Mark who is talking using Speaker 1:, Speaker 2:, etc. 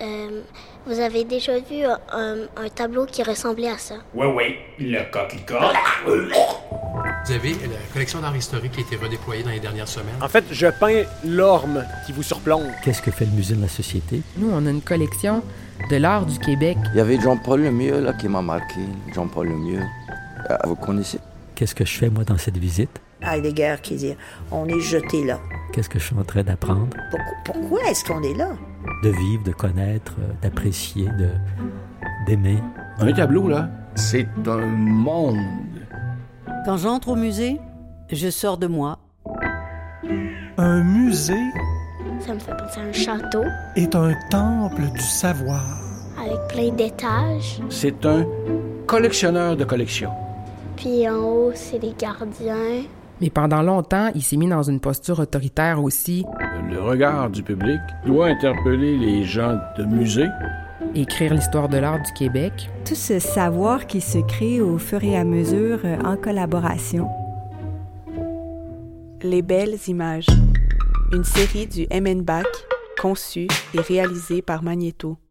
Speaker 1: Euh, vous avez déjà vu un, un tableau qui ressemblait à ça?
Speaker 2: Oui, oui, le coquelicot.
Speaker 3: Vous avez euh, la collection d'art historique qui a été redéployée dans les dernières semaines.
Speaker 4: En fait, je peins l'orme qui vous surplombe.
Speaker 5: Qu'est-ce que fait le musée de la société?
Speaker 6: Nous, on a une collection de l'art du Québec.
Speaker 7: Il y avait Jean-Paul Lemieux là, qui m'a marqué. Jean-Paul Lemieux. Euh, vous connaissez?
Speaker 5: Qu'est-ce que je fais moi dans cette visite?
Speaker 8: Heidegger qui dit on est jeté là.
Speaker 5: Qu'est-ce que je suis en train d'apprendre?
Speaker 8: Pourquoi, pourquoi est-ce qu'on est là?
Speaker 5: De vivre, de connaître, euh, d'apprécier, de d'aimer.
Speaker 9: Un tableau là, c'est un monde.
Speaker 10: Quand j'entre au musée, je sors de moi.
Speaker 11: Un musée
Speaker 1: Ça me fait penser à un château.
Speaker 11: est un temple du savoir.
Speaker 1: Avec plein d'étages.
Speaker 9: C'est un collectionneur de collections.
Speaker 1: Puis en haut, c'est les gardiens.
Speaker 6: Mais pendant longtemps, il s'est mis dans une posture autoritaire aussi,
Speaker 9: Le regard du public doit interpeller les gens de musée.
Speaker 6: écrire l'histoire de l'art du Québec.
Speaker 12: Tout ce savoir qui se crée au fur et à mesure euh, en collaboration.
Speaker 13: Les belles images. Une série du MN Bach, conçue et réalisée par Magneto.